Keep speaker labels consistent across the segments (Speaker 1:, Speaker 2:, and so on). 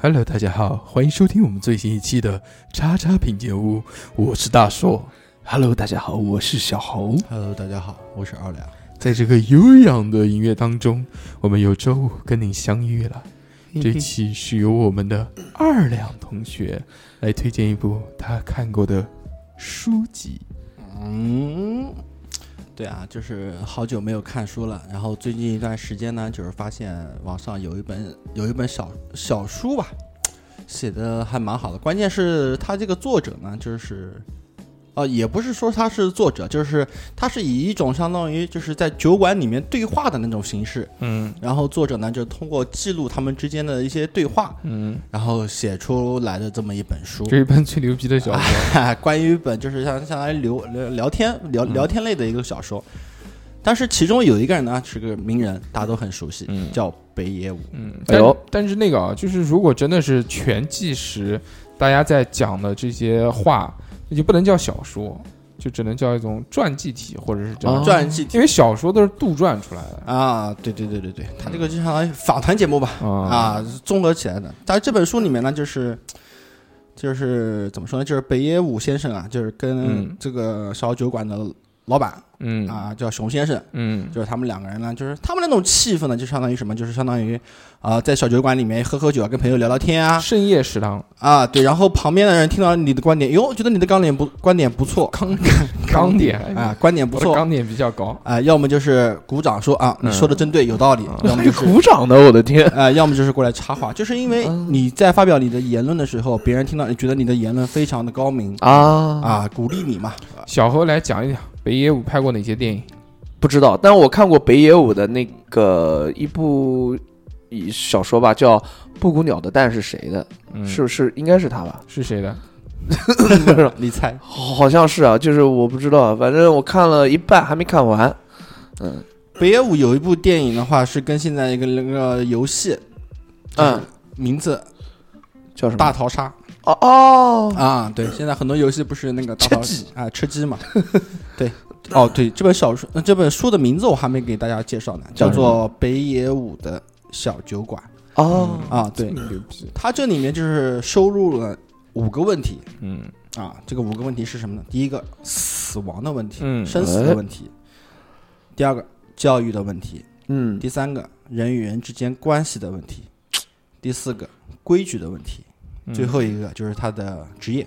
Speaker 1: Hello，大家好，欢迎收听我们最新一期的《叉叉品鉴屋》，我是大硕。
Speaker 2: Hello，大家好，我是小猴。
Speaker 3: Hello，大家好，我是二两。
Speaker 1: 在这个悠扬的音乐当中，我们有周五跟您相遇了。这期是由我们的二两同学来推荐一部他看过的书籍。
Speaker 3: 嗯，对啊，就是好久没有看书了。然后最近一段时间呢，就是发现网上有一本有一本小小书吧，写的还蛮好的。关键是他这个作者呢，就是。呃，也不是说他是作者，就是他是以一种相当于就是在酒馆里面对话的那种形式，
Speaker 1: 嗯
Speaker 3: 然后作者呢就通过记录他们之间的一些对话，
Speaker 1: 嗯，
Speaker 3: 然后写出来的这么一本书。
Speaker 1: 这一般最牛逼的
Speaker 2: 啊
Speaker 1: 小说。
Speaker 3: 哈， 关于一本就是相相当于聊聊聊天聊
Speaker 1: 嗯
Speaker 3: 聊天类的一个小说，但是其中有一个人呢是个名人，大家都很熟悉，
Speaker 1: 嗯
Speaker 3: 叫北野武。
Speaker 1: 嗯，
Speaker 2: 哎
Speaker 1: 但、
Speaker 2: 呦
Speaker 1: 但是那个啊，就是如果真的是全纪实，大家在讲的这些话，那就不能叫小说，就只能叫一种传记体或者是这样，
Speaker 2: 哦
Speaker 3: 传记
Speaker 1: 因为小说都是杜撰出来的
Speaker 3: 啊，对对对对
Speaker 1: 嗯
Speaker 3: 对，他这个就相当于访谈节目吧，
Speaker 1: 啊
Speaker 3: 啊，综合起来的。但这本书里面呢，就是就是怎么说呢，就是北野武先生啊，就是
Speaker 1: 嗯
Speaker 3: 跟这个小酒馆的老板
Speaker 1: 嗯
Speaker 3: 啊，叫熊先生，
Speaker 1: 嗯
Speaker 3: 就是他们两个人呢，就是他们那种气氛呢，就相当于什么，就是相当于啊、在小酒馆里面喝喝酒啊，跟朋友聊聊天啊，
Speaker 1: 深夜食堂
Speaker 3: 啊，对，然后旁边的人听到你的观点，哟，觉得你的观点不观点不错，
Speaker 1: 钢钢点
Speaker 3: 啊，观点不
Speaker 1: 我的
Speaker 3: 错，
Speaker 1: 钢哎点比较高，
Speaker 3: 啊，要么就是鼓掌说啊，你
Speaker 1: 嗯
Speaker 3: 说的真对，有道理， 要么
Speaker 2: 还
Speaker 3: 就是
Speaker 2: 鼓掌的，我的天！
Speaker 3: 呃，要么就是过来插话，就是因为你在发表你的言论的时候，别人听到你觉得你的言论非常的高明
Speaker 2: 啊，
Speaker 3: 啊，鼓励你嘛，
Speaker 1: 小何来讲一讲北野武拍过哪些电影？
Speaker 2: 不知道，但我看过北野武的那个一部一小说吧，叫《布谷鸟的蛋是谁的》
Speaker 1: 嗯，
Speaker 2: 是是应该是他吧？
Speaker 1: 是谁的？
Speaker 3: 你猜
Speaker 2: 好好像是啊，就是我不知道，反正我看了一半还没看完。嗯
Speaker 3: 北野武有一部电影的话是跟现在一个那个游戏，
Speaker 2: 嗯，，
Speaker 3: 名字
Speaker 2: 叫什么
Speaker 3: 大？逃杀
Speaker 2: 哦哦，
Speaker 3: 啊，对，现在很多游戏不是那个大逃
Speaker 2: 吃鸡
Speaker 3: 啊，吃鸡 嘛，对，哦对，这本小说、呃这本书的名字我还没给大家介绍呢，
Speaker 2: 叫
Speaker 3: 叫
Speaker 2: 什么
Speaker 3: 做《北野武的小酒馆
Speaker 2: 哦，》
Speaker 3: 啊，对，
Speaker 1: 牛逼，
Speaker 3: 它这里面就是收录了五个问题
Speaker 1: 嗯
Speaker 3: 啊，这个五个问题是什么呢？第一个，死亡的问题，
Speaker 1: 嗯
Speaker 3: 生死的问题；第二个，教育的问题；
Speaker 2: 嗯，
Speaker 3: 第三个，人与人之间关系的问题；第四个，规矩的问题；
Speaker 1: 嗯
Speaker 3: 最后一个就是他的职业，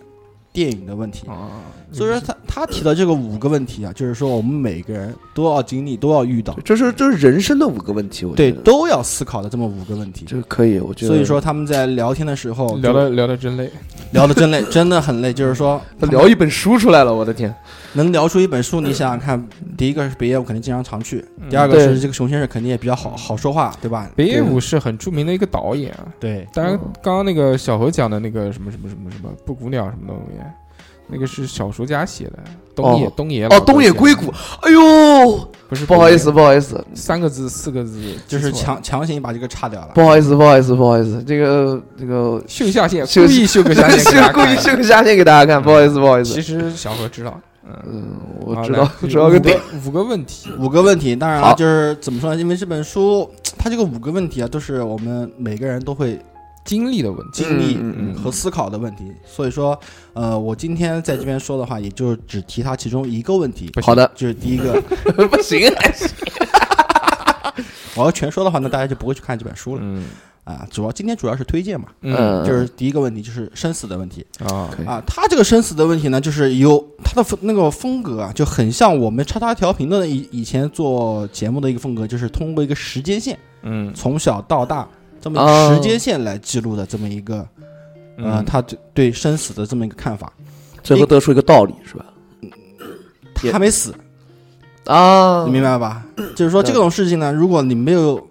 Speaker 3: 电影的问题。
Speaker 1: 啊，
Speaker 3: 所以说他他提到这个五个问题啊，就是说我们每个人都要经历，都要遇到，
Speaker 2: 这是这是人生的五个问题，我觉
Speaker 3: 对，
Speaker 2: 得
Speaker 3: 都要思考的这么五个问题。
Speaker 2: 这个可以，我觉得。
Speaker 3: 所以说他们在聊天的时候
Speaker 1: 聊
Speaker 3: 的
Speaker 1: 的聊的真累，
Speaker 3: 聊的真累，真的很累。就是说
Speaker 2: 他聊一本书出来了，我的天！
Speaker 3: 能聊出一本书，你想想看，第一个是北野武肯定经常常去，第二个
Speaker 2: 对
Speaker 3: 是这个熊先生肯定也比较好好说话，对吧？
Speaker 1: 嗯北野武是很著名的一个导演啊。
Speaker 3: 对
Speaker 1: 当然，
Speaker 2: 嗯
Speaker 1: 刚刚那个小何讲的那个什么什么什么什么布谷鸟什么东西，那个是小说家写的，东野、
Speaker 2: 哦
Speaker 1: 东野
Speaker 2: 哦，
Speaker 1: 老
Speaker 2: 东野
Speaker 1: 写
Speaker 2: 圭
Speaker 1: 的
Speaker 2: 吾，哎呦，
Speaker 1: 不是
Speaker 2: 不好意思，，不好意思，
Speaker 1: 三个字四个字
Speaker 3: 就是
Speaker 1: 强
Speaker 3: 强强行把这个岔掉了
Speaker 2: 不。好意思，不好意思，不好意思，这个这个
Speaker 1: 秀下限，故
Speaker 2: 秀
Speaker 1: 意秀个 下限，
Speaker 2: 是故意秀个下线给大家看，不好意思，不好意
Speaker 1: 其
Speaker 2: 思，
Speaker 1: 实小何知道，嗯，
Speaker 2: 嗯，我
Speaker 1: 好
Speaker 2: 知道
Speaker 1: 来，
Speaker 2: 知道个
Speaker 1: 五
Speaker 2: 点，
Speaker 1: 五个问题，
Speaker 3: 五个问题，当然了，
Speaker 2: 好
Speaker 3: 就是怎么说呢？因为这本书它这个五个问题啊，都是我们每个人都会
Speaker 1: 经历的问题，
Speaker 3: 经历
Speaker 2: 嗯嗯
Speaker 3: 和思考的问题。所以说，呃，我今天在这边说的话，也就只提它其中一个问题
Speaker 1: 不，
Speaker 2: 嗯好的，
Speaker 3: 就是第一个。
Speaker 2: 不行，啊
Speaker 3: 我要全说的话，那大家就不会去看这本书了
Speaker 1: 嗯
Speaker 3: 啊。主要今天主要是推荐嘛，
Speaker 1: 嗯
Speaker 2: 嗯，
Speaker 3: 就是第一个问题就是生死的问题
Speaker 1: 啊，
Speaker 2: 可以
Speaker 3: 啊。他这个生死的问题呢，就是有他的风那个风格啊，就很像我们叉叉调频的以以前做节目的一个风格，就是通过一个时间线，
Speaker 1: 嗯
Speaker 3: 从小到大这么
Speaker 2: 哦
Speaker 3: 一个时间线来记录的这么一个。呃，
Speaker 1: 嗯，
Speaker 3: 他对对生死的这么一个看法，
Speaker 2: 最后得出一个道理是吧？
Speaker 3: 他
Speaker 2: 也
Speaker 3: 还没死，
Speaker 2: 啊
Speaker 3: 你明白吧？就是说
Speaker 2: 对
Speaker 3: 这种事情呢，如果你没有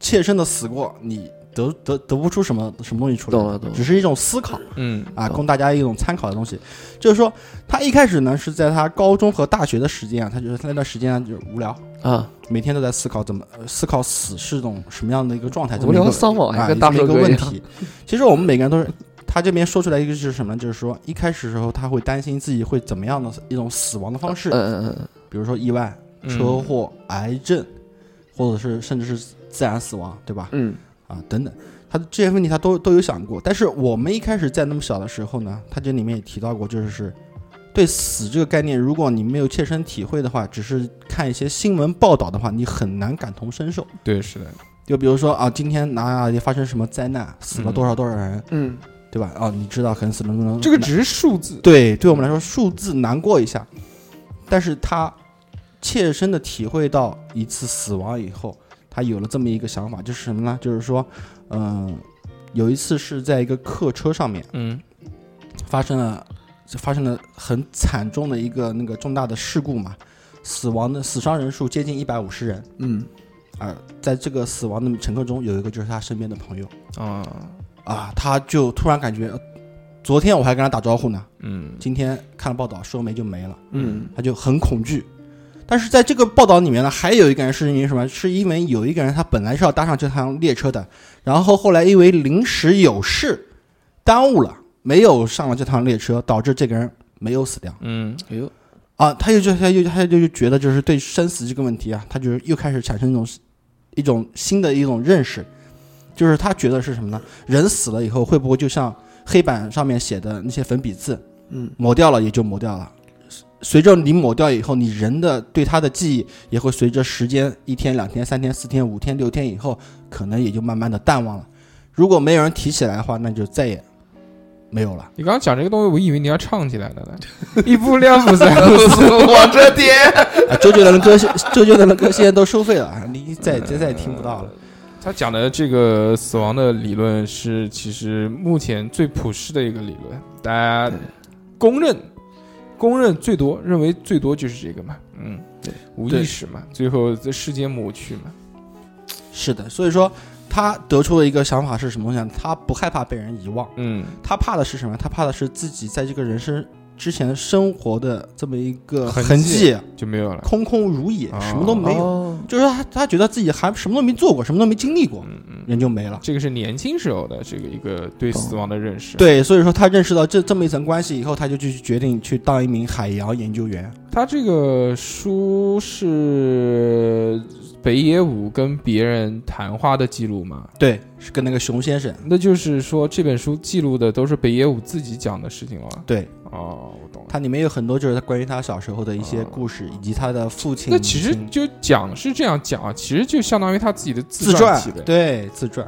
Speaker 3: 切身的死过，你得得得不出什么什么东西出
Speaker 2: 懂
Speaker 3: 来，
Speaker 2: 了懂了
Speaker 3: 只是一种思考
Speaker 1: 嗯
Speaker 3: 啊，
Speaker 2: 懂
Speaker 3: 供大家一种参考的东西。就是说，他一开始呢是在他高中和大学的时间啊，他觉得他那段时间啊就是无聊，
Speaker 2: 啊，
Speaker 3: 每天都在思考怎么呃思考死是种什么样的一个状态，这
Speaker 2: 无
Speaker 3: 么一
Speaker 2: 聊
Speaker 3: 个
Speaker 2: 丧网
Speaker 3: 啊，
Speaker 2: 还跟大
Speaker 3: 这么
Speaker 2: 帅
Speaker 3: 一个
Speaker 2: 哥
Speaker 3: 问
Speaker 2: 一样，
Speaker 3: 题。其实我们每个人都是，他这边说出来一个是什么呢？就是说一开始的时候他会担心自己会怎么样的一种死亡的方式
Speaker 2: 嗯，嗯嗯
Speaker 3: 比如说意外、
Speaker 1: 嗯
Speaker 3: 车祸、癌症，或者是甚至是自然死亡，对吧？
Speaker 2: 嗯
Speaker 3: 啊，等等。他这些问题他都都有想过。但是我们一开始在那么小的时候呢，他这里面也提到过，就是对死这个概念，如果你没有切身体会的话，只是看一些新闻报道的话，你很难感同身受。
Speaker 1: 对，是的，
Speaker 3: 就比如说啊，今天哪哪里发生什么灾难，死了多少多少人，
Speaker 2: 嗯，
Speaker 3: 对吧？啊，你知道很死了多少，
Speaker 1: 这个只是数字，
Speaker 3: 对，对我们来说数字难过一下，但是他切身的体会到一次死亡以后，他有了这么一个想法，就是什么呢？就是说，嗯、有一次是在一个客车上面
Speaker 1: 嗯
Speaker 3: 发生了发生了很惨重的一个那个重大的事故嘛，死亡的死伤人数接近一百五十人。
Speaker 2: 嗯，
Speaker 3: 啊、在这个死亡的乘客中，有一个就是他身边的朋友
Speaker 2: 嗯
Speaker 1: 啊，
Speaker 3: 啊，他就突然感觉，呃昨天我还跟他打招呼呢，
Speaker 1: 嗯
Speaker 3: 今天看了报道说没就没了。
Speaker 2: 嗯，
Speaker 3: 他就很恐惧。但是在这个报道里面呢，还有一个人是因为什么？是因为有一个人他本来是要搭上这趟列车的，然后后来因为临时有事耽误了，没有上了这趟列车，导致这个人没有死掉
Speaker 1: 嗯
Speaker 2: 哎 呦，
Speaker 3: 啊。他又就他又他就觉得就是对生死这个问题啊，他就是又开始产生一种一种新的一种认识，就是他觉得是什么呢？人死了以后会不会就像黑板上面写的那些粉笔字，
Speaker 2: 嗯，
Speaker 3: 抹掉了也就抹掉了。随着你抹掉以后，你人的对它的记忆也会随着时间，一天、两天、三天、四天、五天、六天以后，可能也就慢慢的淡忘了。如果没有人提起来的话，那就再也没有了。
Speaker 1: 你刚刚讲这个东西，我以为你要唱起来了呢。一步两步三步四，
Speaker 2: 我这天，
Speaker 3: 啊， 周杰伦的歌现，周杰伦的歌现在都收费了，啊， 你再再再也听不到了。
Speaker 1: 他讲的这个死亡的理论是其实目前最普世的一个理论，大家公认，公认最多，认为最多就是这个嘛，嗯，
Speaker 2: 对，
Speaker 1: 无
Speaker 3: 对
Speaker 1: 意识嘛，最后在世间抹去嘛，
Speaker 3: 是的，所以说他得出的一个想法是什么东西啊？他不害怕被人遗忘。
Speaker 1: 嗯，
Speaker 3: 他怕的是什么？他怕的是自己在这个人生之前生活的这么一个
Speaker 1: 痕
Speaker 3: 痕
Speaker 1: 迹
Speaker 3: 迹
Speaker 1: 就没有了，
Speaker 3: 空空如也，
Speaker 1: 哦
Speaker 3: 什么都没有。
Speaker 2: 有，
Speaker 3: 就是他他觉得自己还什么都没做过，什么都没经历过，
Speaker 1: 嗯嗯，
Speaker 3: 人就没了。
Speaker 1: 这个是年轻时候的这个一个对死亡的认识。，
Speaker 3: 对，所以说他认识到这这么一层关系以后，他就去决定去当一名海洋研究员。
Speaker 1: 他这个书是北野武跟别人谈话的记录嘛，
Speaker 3: 对，是跟那个熊先生。
Speaker 1: 那就是说这本书记录的都是北野武自己讲的事情了。
Speaker 3: 对，
Speaker 1: 哦，我懂了。
Speaker 3: 它里面有很多就是他关于他小时候的一些故事，以及他的父亲。
Speaker 1: 那其实
Speaker 3: 母亲
Speaker 1: 就讲是这样讲啊，其实就相当于他自己的
Speaker 3: 自
Speaker 1: 传
Speaker 3: 传
Speaker 1: 体，呗。
Speaker 3: 对自传。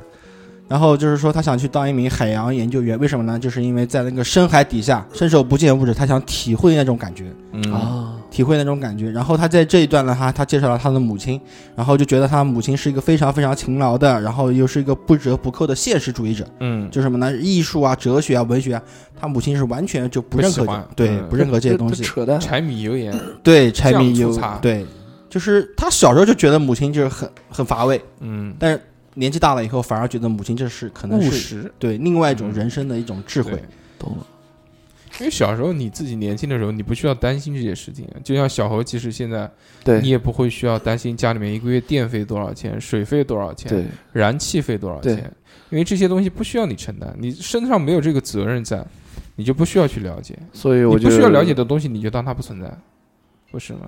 Speaker 3: 然后就是说，他想去当一名海洋研究员，为什么呢？就是因为在那个深海底下伸手不见五指，他想体会那种感觉。
Speaker 1: 嗯
Speaker 2: 啊，
Speaker 3: 体会那种感觉。然后他在这一段呢，他他介绍了他的母亲，然后就觉得他母亲是一个非常非常勤劳的，然后又是一个不折不扣的现实主义者，
Speaker 1: 嗯，
Speaker 3: 就什么呢？艺术啊、哲学啊、文学啊，他母亲是完全就不认可
Speaker 1: 不喜欢
Speaker 3: 的，对，
Speaker 1: 嗯
Speaker 3: 不认可这些东
Speaker 2: 这
Speaker 3: 西，
Speaker 2: 扯淡，
Speaker 1: 柴米油盐，
Speaker 3: 对，柴米
Speaker 1: 这样粗
Speaker 3: 油
Speaker 1: 茶，
Speaker 3: 对，就是他小时候就觉得母亲就是很很乏味，
Speaker 1: 嗯，
Speaker 3: 但是年纪大了以后，反而觉得母亲这是可能
Speaker 1: 务
Speaker 3: 是
Speaker 1: 实
Speaker 3: 对另外一种人生的一种智慧
Speaker 1: 对，
Speaker 2: 懂了，
Speaker 1: 因为小时候你自己年轻的时候，你不需要担心这些事情，啊就像小猴，其实现在你
Speaker 2: 对，
Speaker 1: 也不会需要担心家里面一个月电费多少钱、水费多少钱、
Speaker 2: 对，
Speaker 1: 燃气费多少
Speaker 2: 对
Speaker 1: 钱，因为这些东西不需要你承担，你身上没有这个责任在，你就不需要去了解，
Speaker 2: 所以
Speaker 1: 你
Speaker 2: 我
Speaker 1: 不
Speaker 2: 就
Speaker 1: 需要了解的东西，你就当它不存在，不是吗？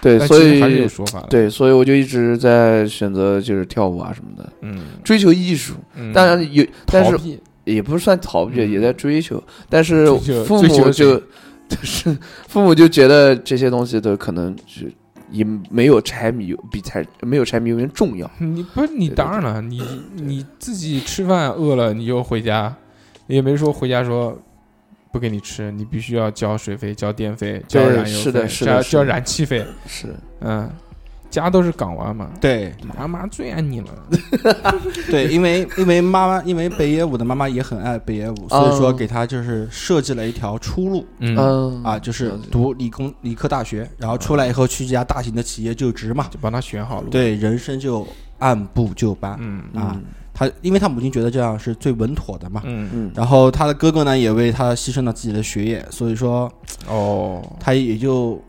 Speaker 2: 对，
Speaker 1: 但
Speaker 2: 所
Speaker 1: 其实还是有
Speaker 2: 以
Speaker 1: 说法的，，
Speaker 2: 对，所以我就一直在选择就是跳舞啊什么的，
Speaker 1: 嗯，
Speaker 2: 追求艺术。
Speaker 1: 嗯
Speaker 2: 当然有，但
Speaker 1: 逃
Speaker 2: 是
Speaker 1: 避
Speaker 2: 也不是算逃避，
Speaker 1: 嗯
Speaker 2: 也在追求。但是
Speaker 1: 追求
Speaker 2: 父
Speaker 1: 追求
Speaker 2: 母
Speaker 1: 谁
Speaker 2: 就就是父母就觉得这些东西都可能就也没有柴米油比柴没有柴米油盐重要。
Speaker 1: 你不是你
Speaker 2: 对对
Speaker 1: 当然了，你你自己吃饭饿了你就回家，也没说回家说不给你吃，你必须要交水费、交电费、交
Speaker 2: 对
Speaker 1: 燃油
Speaker 2: 是的
Speaker 1: 费
Speaker 2: 是
Speaker 1: 交
Speaker 2: 的是
Speaker 1: 交
Speaker 2: 的
Speaker 1: 燃气费，
Speaker 2: 是，
Speaker 1: 嗯，家都是港湾嘛，
Speaker 3: 对
Speaker 1: 妈妈最爱你了，
Speaker 3: 对，因为因为妈妈，因为北野武的妈妈也很爱北野武，所以说
Speaker 2: 嗯
Speaker 3: 给他就是设计了一条出路
Speaker 1: 嗯，
Speaker 2: 嗯
Speaker 3: 啊，就是
Speaker 2: 了解
Speaker 3: 读理工理科大学，然后出来以后去一家大型的企业就职嘛，
Speaker 1: 就帮他选好路，，
Speaker 3: 对，人生就按部就班
Speaker 1: 嗯
Speaker 3: 啊
Speaker 2: 嗯。
Speaker 3: 他因为他母亲觉得这样是最稳妥的嘛，
Speaker 1: 嗯，
Speaker 2: 嗯，
Speaker 3: 然后他的哥哥呢也为他牺牲了自己的学业，所以说
Speaker 1: 哦，
Speaker 3: 他也就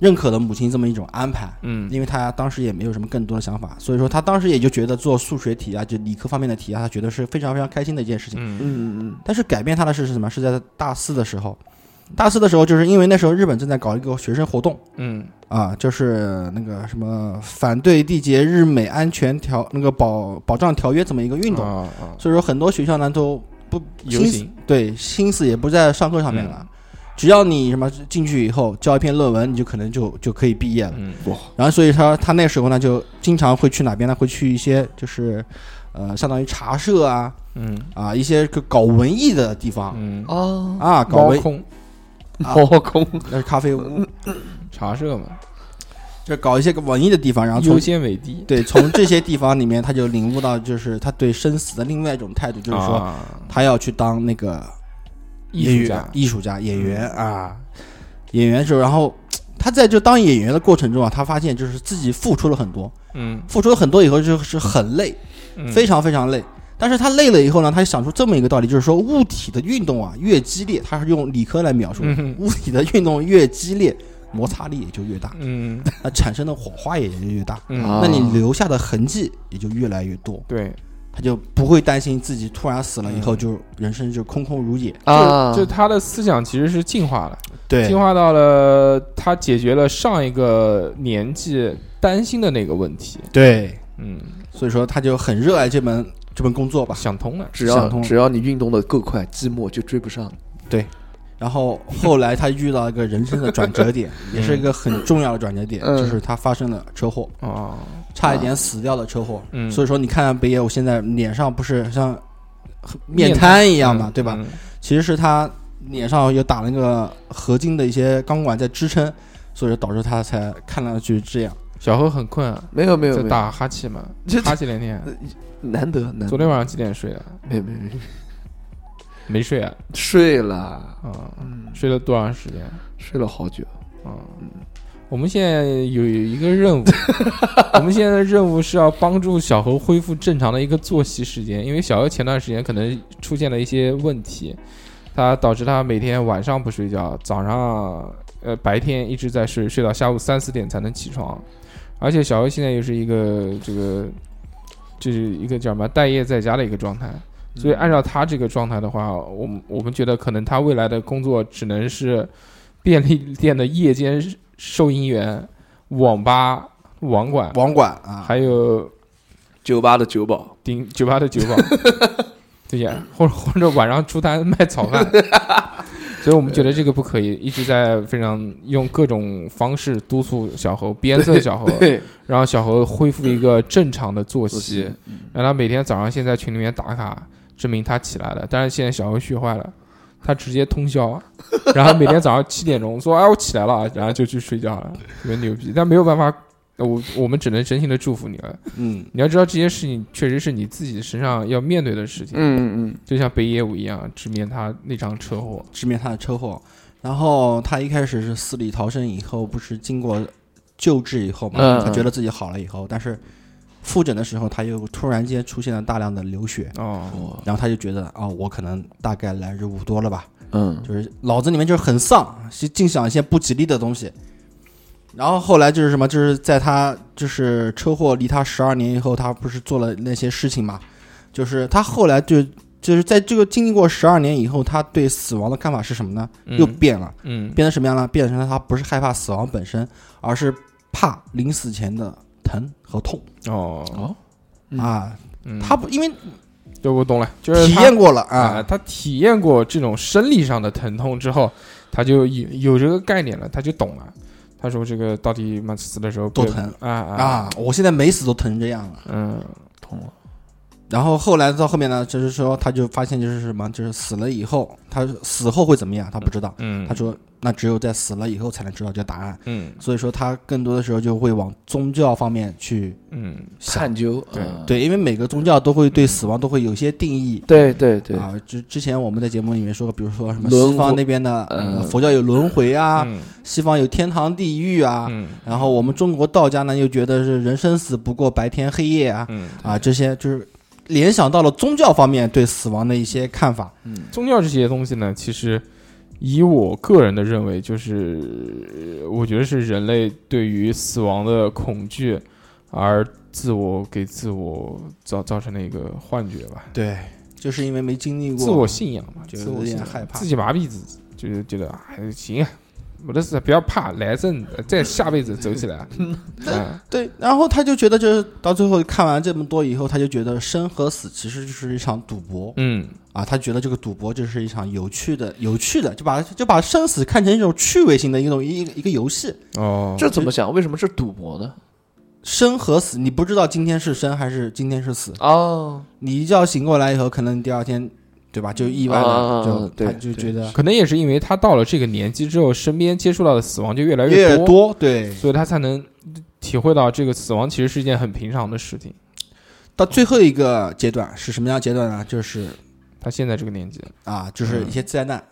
Speaker 3: 认可了母亲这么一种安排。
Speaker 1: 嗯
Speaker 3: 因为他当时也没有什么更多的想法，所以说他当时也就觉得做数学题啊，就理科方面的题啊，他觉得是非常非常开心的一件事情。
Speaker 1: 嗯
Speaker 2: 嗯嗯
Speaker 3: 但是改变他的事是什么？是在他大四的时候，大四的时候，就是因为那时候日本正在搞一个学生活动
Speaker 1: 嗯
Speaker 3: 啊，就是那个什么反对缔结日美安全条那个保保障条约这么一个运动，
Speaker 1: 啊啊，
Speaker 3: 所以说很多学校呢都不
Speaker 1: 游
Speaker 3: 心
Speaker 1: 行嗯
Speaker 3: 对，心思也不在上课上面了。只要你什么进去以后交一篇论文，你就可能就就可以毕业了。
Speaker 1: 嗯
Speaker 3: 然后所以他他那时候呢，就经常会去哪边呢？会去一些就是，呃，相当于茶社啊
Speaker 1: 嗯
Speaker 3: 啊一些个搞文艺的地方、
Speaker 1: 嗯，
Speaker 2: 哦，
Speaker 3: 啊，搞
Speaker 1: 猫
Speaker 3: 文
Speaker 1: 空
Speaker 2: 猫空
Speaker 3: 那是咖啡
Speaker 1: 嗯
Speaker 3: 屋，
Speaker 1: 茶社嘛，
Speaker 3: 就搞一些个文艺的地方。然后
Speaker 1: 优
Speaker 3: 从
Speaker 1: 先为低，
Speaker 3: 对从这些地方里面，他就领悟到就是他对生死的另外一种态度，就是说
Speaker 1: 啊
Speaker 3: 他要去当那个
Speaker 1: 艺术家，
Speaker 3: 艺术家、演员啊，演员的时候，然后他在就当演员的过程中啊，他发现就是自己付出了很多，
Speaker 1: 嗯，
Speaker 3: 付出了很多以后就是很累，
Speaker 1: 嗯
Speaker 3: 非常非常累。但是他累了以后呢，他想出这么一个道理，就是说物体的运动啊越激烈，他是用理科来描述的，
Speaker 1: 嗯哼
Speaker 3: 物体的运动越激烈，摩擦力也就越 大，
Speaker 1: 嗯
Speaker 3: 那产生的火花也就越大，
Speaker 1: 嗯，
Speaker 2: 啊
Speaker 3: 那你留下的痕迹也就越来越多，
Speaker 1: 对，
Speaker 3: 他就不会担心自己突然死了以后就人生就空空如也。
Speaker 2: 啊，
Speaker 1: 就就他的思想其实是进化了，
Speaker 3: 对
Speaker 1: 进化到了他解决了上一个年纪担心的那个问题，
Speaker 3: 对，
Speaker 1: 嗯，
Speaker 3: 所以说他就很热爱这门这门工作吧。
Speaker 1: 想通了，
Speaker 2: 只
Speaker 3: 想
Speaker 2: 要
Speaker 3: 通了
Speaker 2: 只要你运动的够快，寂寞就追不上。
Speaker 3: 然后后来他遇到一个人生的转折点，也是一个很重要的转折点，
Speaker 2: 嗯
Speaker 3: 就是他发生了车祸，
Speaker 1: 哦，
Speaker 3: 差一点死掉的车祸。
Speaker 1: 嗯，以
Speaker 3: 所以说你看看北野武现在脸上不是像面瘫一
Speaker 1: 一
Speaker 3: 样嘛，对
Speaker 1: 嗯
Speaker 3: 吧？？其实是他脸上有打了那个合金的一些钢管在支撑，所以说导致他才看上去这样。
Speaker 1: 小何很困啊，
Speaker 2: 没有没有
Speaker 1: 在
Speaker 2: 没有，
Speaker 1: 打哈欠嘛
Speaker 2: 这，
Speaker 1: 哈欠连天。
Speaker 2: 难得难
Speaker 1: 昨
Speaker 2: 得，
Speaker 1: 天晚上几点睡的？
Speaker 2: 没没没，
Speaker 1: 没睡啊？
Speaker 2: 睡了，
Speaker 1: 啊、
Speaker 2: 嗯，
Speaker 1: 睡了多长时间？
Speaker 2: 睡了好久。
Speaker 1: 啊、我们现在有一个任务， 我们现在的任务是要帮助小何恢复正常的一个作息时间，因为小何前段时间可能出现了一些问题，他导致他每天晚上不睡觉，早上呃白天一直在睡，睡到下午三四点才能起床，而且小何现在又是一个这个就是一个叫什么待业在家的一个状态。所以，按照他这个状态的话，我们我们觉得可能他未来的工作只能是便利店的夜间收银员、网吧、网管，
Speaker 3: 网管啊，
Speaker 1: 还有
Speaker 2: 酒吧的酒保，
Speaker 1: 顶酒吧的酒保，对呀，或者或者晚上出摊卖炒饭。 所以我们觉得这个不可以，一直在非常用各种方式督促小猴，鞭策小猴，
Speaker 2: 对，
Speaker 1: 让小猴恢复一个正常的作
Speaker 2: 作
Speaker 1: 息
Speaker 2: 息，
Speaker 1: 让他每天早上现在群里面打卡，证明他起来了。但是现在小猴学坏了，他直接通宵，啊然后每天早上七点钟说：“哎，我起来了。”然后就去睡觉了，特别牛逼。但没有办法，呃我我们只能真心的祝福你了。
Speaker 3: 嗯，
Speaker 1: 你要知道，这些事情确实是你自己身上要面对的事情，
Speaker 2: 嗯嗯
Speaker 1: 就像北野武一样，直面他那场车祸。
Speaker 3: 直面他的车祸。然后他一开始是死里逃生，以后不是经过救治以后嘛，
Speaker 2: 嗯
Speaker 3: 他觉得自己好了以后，但是复诊的时候他又突然间出现了大量的流血，
Speaker 1: 哦，
Speaker 3: 然后他就觉得哦，我可能大概来日不多了吧，
Speaker 2: 嗯，
Speaker 3: 就是脑子里面就是很丧，是净想一些不吉利的东西。然后后来就是什么，就是在他就是车祸离他十二年以后，他不是做了那些事情嘛？就是他后来就就是在这个经历过十二年以后，他对死亡的看法是什么呢？
Speaker 1: 嗯
Speaker 3: 又变了，
Speaker 1: 嗯
Speaker 3: 变成什么样呢？变成了他不是害怕死亡本身，而是怕临死前的疼和痛
Speaker 1: 哦，
Speaker 2: 嗯
Speaker 3: 啊！
Speaker 1: 嗯
Speaker 3: 他不因为
Speaker 1: 对我懂了，就是
Speaker 3: 体
Speaker 1: 他
Speaker 3: 验过了
Speaker 1: 啊，
Speaker 3: 啊，
Speaker 1: 他体验过这种生理上的疼痛之后，他就有有这个概念了，他就懂了。他说这个到底妈死的时候
Speaker 3: 多
Speaker 1: 被
Speaker 3: 疼
Speaker 1: 啊
Speaker 3: 啊
Speaker 1: 啊！
Speaker 3: 我现在没死都疼成这样了。
Speaker 1: 嗯
Speaker 2: 懂了，
Speaker 3: 然后后来到后面呢，就是说他就发现就是什么，就是死了以后，他死后会怎么样，他不知道。
Speaker 1: 嗯，
Speaker 3: 他说那只有在死了以后才能知道这个答案，
Speaker 1: 嗯
Speaker 3: 所以说他更多的时候就会往宗教方面去
Speaker 1: 嗯
Speaker 3: 想。
Speaker 2: 探究，
Speaker 1: 对
Speaker 2: 嗯
Speaker 3: 对，因为每个宗教都会对死亡都会有一些定义。
Speaker 2: 对对对，
Speaker 3: 啊，之之前我们在节目里面说过，比如说什么
Speaker 2: 轮
Speaker 3: 西方
Speaker 2: 回
Speaker 3: 那边的、
Speaker 2: 呃
Speaker 3: 佛教有轮回啊，
Speaker 1: 嗯
Speaker 3: 西方有天堂地狱啊，
Speaker 1: 嗯
Speaker 3: 然后我们中国道家呢又觉得是人生死不过白天黑夜啊，
Speaker 1: 嗯，
Speaker 3: 啊，这些就是联想到了宗教方面对死亡的一些看法。
Speaker 2: 嗯
Speaker 1: 宗教这些东西呢，其实以我个人的认为，就是呃我觉得是人类对于死亡的恐惧而自我给自我造造成的一个幻觉吧。
Speaker 3: 对，就是因为没经历过，
Speaker 1: 自我信仰嘛，
Speaker 3: 就
Speaker 1: 自我
Speaker 3: 有
Speaker 1: 信
Speaker 3: 点
Speaker 1: 仰
Speaker 3: 害怕
Speaker 1: 自己麻痹自己，就是觉得哎行啊，没得事，不要怕，来生再下辈子走起 来。啊，
Speaker 3: 对，然后他就觉得，就是到最后看完这么多以后，他就觉得生和死其实就是一场赌博
Speaker 1: 嗯，
Speaker 3: 啊，他觉得这个赌博就是一场有趣的、有趣的，就把就把生死看成一种趣味性的一种一一个游戏。
Speaker 1: 哦，
Speaker 2: 这怎么想？为什么是赌博呢？
Speaker 3: 生和死，你不知道今天是生还是今天是死，
Speaker 2: 哦，
Speaker 3: 你一觉醒过来以后，可能第二天，对吧？就意外
Speaker 2: 啊
Speaker 3: 了，就
Speaker 2: 对
Speaker 3: 他就觉得
Speaker 1: 可能也是因为他到了这个年纪之后，身边接触到的死亡就越来
Speaker 3: 越
Speaker 1: 多，
Speaker 3: 多，对，
Speaker 1: 所以他才能体会到这个死亡其实是一件很平常的事情。
Speaker 3: 到最后一个阶段是什么样的阶段呢？就是
Speaker 1: 他现在这个年纪，
Speaker 3: 啊，就是一些灾难，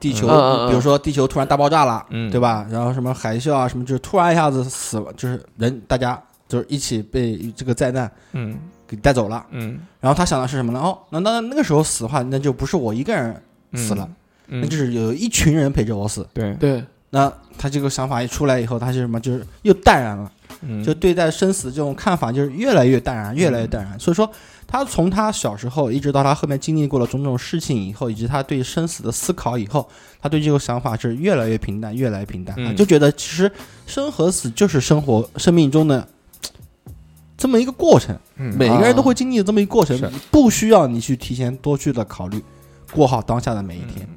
Speaker 3: 地球，
Speaker 2: 嗯嗯嗯
Speaker 3: 比如说地球突然大爆炸了，
Speaker 1: 嗯
Speaker 3: 对吧？然后什么海啸啊，什么就是突然一下子死了，就是人大家就是一起被这个灾难
Speaker 1: 嗯
Speaker 3: 给带走了。
Speaker 1: 嗯，
Speaker 3: 然后他想的是什么呢？哦，那那那个时候死的话，那就不是我一个人死了，
Speaker 1: 嗯，
Speaker 3: 那就是有一群人陪着我死。
Speaker 1: 对，
Speaker 2: 对，
Speaker 3: 那他这个想法一出来以后，他是什么？就是又淡然了，
Speaker 1: 嗯
Speaker 3: 就对待生死这种看法就是越来越淡然，越来越
Speaker 1: 嗯
Speaker 3: 淡然。所以说，他从他小时候一直到他后面经历过了种种事情以后，以及他对生死的思考以后，他对这个想法是越来越平淡，越来越平淡。啊
Speaker 1: 嗯
Speaker 3: 他就觉得其实生和死就是生活生命中的这么一个过程，
Speaker 1: 嗯
Speaker 2: 美
Speaker 3: 每个人都会经历的这么一个过程
Speaker 1: 是，
Speaker 3: 不需要你去提前多去的考虑，过好当下的每一天。
Speaker 1: 嗯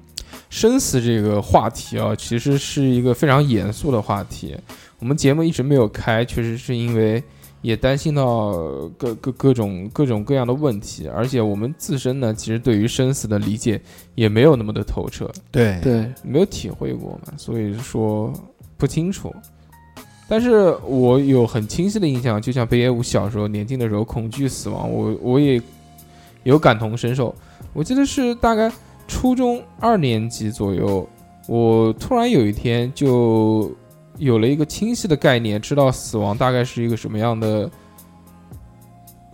Speaker 1: 生死这个话题啊，其实是一个非常严肃的话题。我们节目一直没有开，确实是因为也担心到呃各各各种各种各样的问题，而且我们自身呢，其实对于生死的理解也没有那么的透彻，
Speaker 3: 对
Speaker 2: 对，
Speaker 1: 没有体会过嘛，所以说不清楚。但是我有很清晰的印象，就像北野武小时候年轻的时候恐惧死亡，我我也有感同身受。我记得是大概初中二年级左右，我突然有一天就有了一个清晰的概念，知道死亡大概是一个什么样的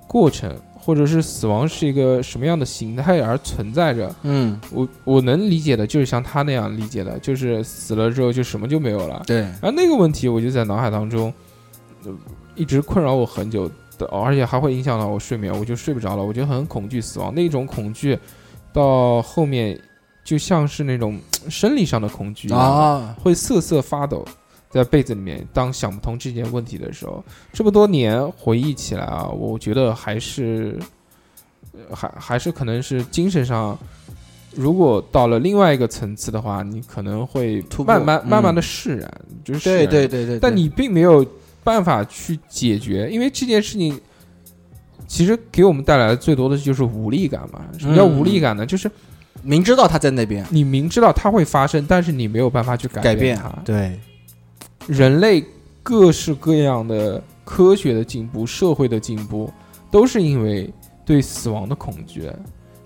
Speaker 1: 过程，或者是死亡是一个什么样的形态而存在着。
Speaker 3: 嗯，
Speaker 1: 我我能理解的就是像他那样理解的，就是死了之后就什么就没有了。
Speaker 3: 对，
Speaker 1: 然后那个问题，我就在脑海当中，呃一直困扰我很久的，而且还会影响到我睡眠，我就睡不着了，我就很恐惧死亡。那种恐惧到后面就像是那种嘖生理上的恐惧一样
Speaker 3: 啊，
Speaker 1: 会瑟瑟发抖，在被子里面。当想不通这件问题的时候，这么多年回忆起来啊，我觉得还是，呃还还是可能是精神上，如果到了另外一个层次的话，你可能会
Speaker 3: 突破
Speaker 1: 慢慢
Speaker 3: 嗯
Speaker 1: 慢慢的释然，就是释
Speaker 3: 对
Speaker 1: 然
Speaker 3: 对对对，
Speaker 1: 但你并没有办法去解决，因为这件事情其实给我们带来的最多的就是无力感嘛。什么叫
Speaker 3: 嗯
Speaker 1: 无力感呢？就是
Speaker 3: 明知道他在那边
Speaker 1: 你明知道它会发生，但是你没有办法去
Speaker 3: 改
Speaker 1: 变
Speaker 3: 变
Speaker 1: 它。
Speaker 3: 对，
Speaker 1: 人类各式各样的科学的进步、社会的进步，都是因为对死亡的恐惧。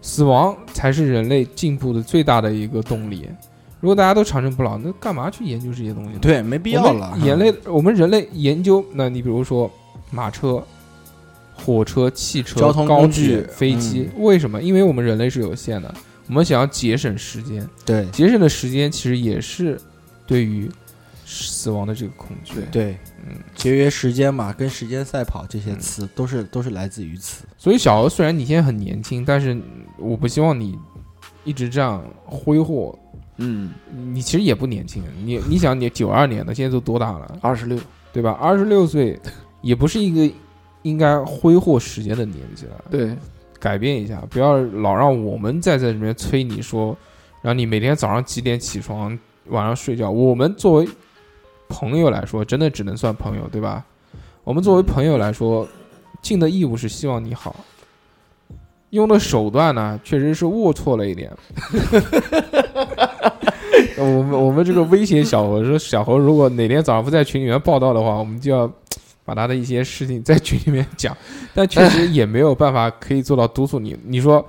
Speaker 1: 死亡才是人类进步的最大的一个动力。如果大家都长生不老，那干嘛去研究这些东西呢？
Speaker 3: 对，没必
Speaker 1: 嗯我
Speaker 3: 要
Speaker 1: 们
Speaker 3: 了。
Speaker 1: 人类，我们人类研究，那你比如说马车、火车、汽车、
Speaker 3: 交通
Speaker 1: 高
Speaker 3: 工具嗯
Speaker 1: 铁飞机，为什么？因为我们人类是有限的，我们想要节省时间，
Speaker 3: 对
Speaker 1: 节省的时间其实也是对于死亡的这个恐惧。
Speaker 3: 对，
Speaker 1: 嗯
Speaker 3: 节约时间嘛，跟时间赛跑这些
Speaker 1: 嗯
Speaker 3: 词都是都是来自于此。
Speaker 1: 所以小欧，虽然你现在很年轻，但是我不希望你一直这样挥霍。
Speaker 2: 嗯，
Speaker 1: 你其实也不年轻，啊你你想你九二年的，现在都多大了，
Speaker 2: 二十六，
Speaker 1: 对吧？二十六岁，也不是一个应该挥霍时间的年纪了。
Speaker 2: 对，
Speaker 1: 改变一下，不要老让我们再在这边催你说，让你每天早上几点起床，晚上睡觉。我们作为朋友来说，真的只能算朋友，对吧？我们作为朋友来说，尽的义务是希望你好，用的手段呢，确实是龌龊了一点。 我们我们这个威胁小猴说，小猴如果哪天早上不在群里面报道的话，我们就要把他的一些事情在群里面讲，但确实也没有办法可以做到督促你。你说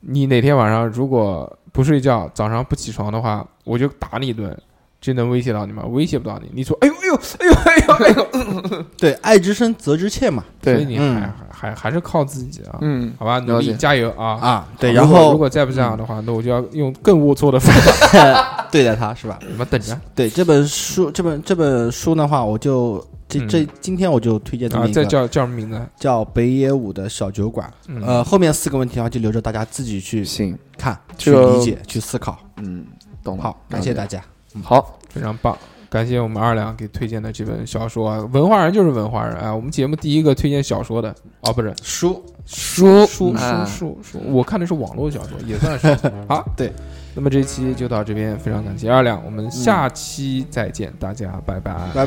Speaker 1: 你哪天晚上如果不睡觉，早上不起床的话，我就打你一顿，这能威胁到你吗？威胁不到你。你说，哎呦哎呦哎呦哎呦哎呦，
Speaker 3: 对，爱之深责之切嘛。
Speaker 1: 所以
Speaker 2: 对，
Speaker 1: 你还
Speaker 3: 嗯
Speaker 1: 还还是靠自己啊，
Speaker 2: 嗯，
Speaker 1: 好吧，努
Speaker 2: 了
Speaker 1: 力
Speaker 2: 解
Speaker 1: 加油啊！
Speaker 3: 啊，对，
Speaker 1: 如
Speaker 3: 然
Speaker 1: 果
Speaker 3: 后
Speaker 1: 如果再不这样的话，那我就要用更龌龊的方法。
Speaker 3: 对待他是吧？
Speaker 1: 你们等着，
Speaker 3: 对这本书，这本这本书的话，我就这这今天我就推荐这
Speaker 1: 嗯啊
Speaker 3: 么，一
Speaker 1: 再
Speaker 3: 个
Speaker 1: 叫叫什么名字？
Speaker 3: 叫北野武的小酒馆。
Speaker 1: 嗯
Speaker 3: 呃，后面四个问题的话就留着大家自己去
Speaker 2: 行，
Speaker 3: 看、去
Speaker 2: 这个
Speaker 3: 理解、去思考。
Speaker 2: 嗯，懂了。
Speaker 3: 好，感谢大家。
Speaker 2: 嗯。好，
Speaker 1: 非常棒，感谢我们二两给推荐的这本小说啊，文化人就是文化人啊，我们节目第一个推荐小说的哦，不是
Speaker 3: 书，
Speaker 1: 书书
Speaker 2: 嗯
Speaker 1: 书书书，我看的是网络小说，也 算是好。
Speaker 3: 对，
Speaker 1: 那么这期就到这边，非常感谢二两，我们下期再见，大家拜拜。
Speaker 3: 拜
Speaker 2: 拜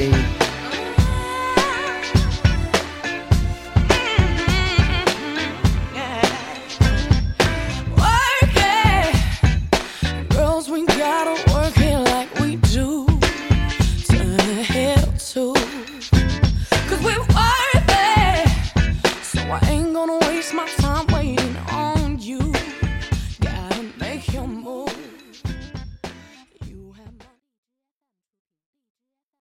Speaker 2: 拜。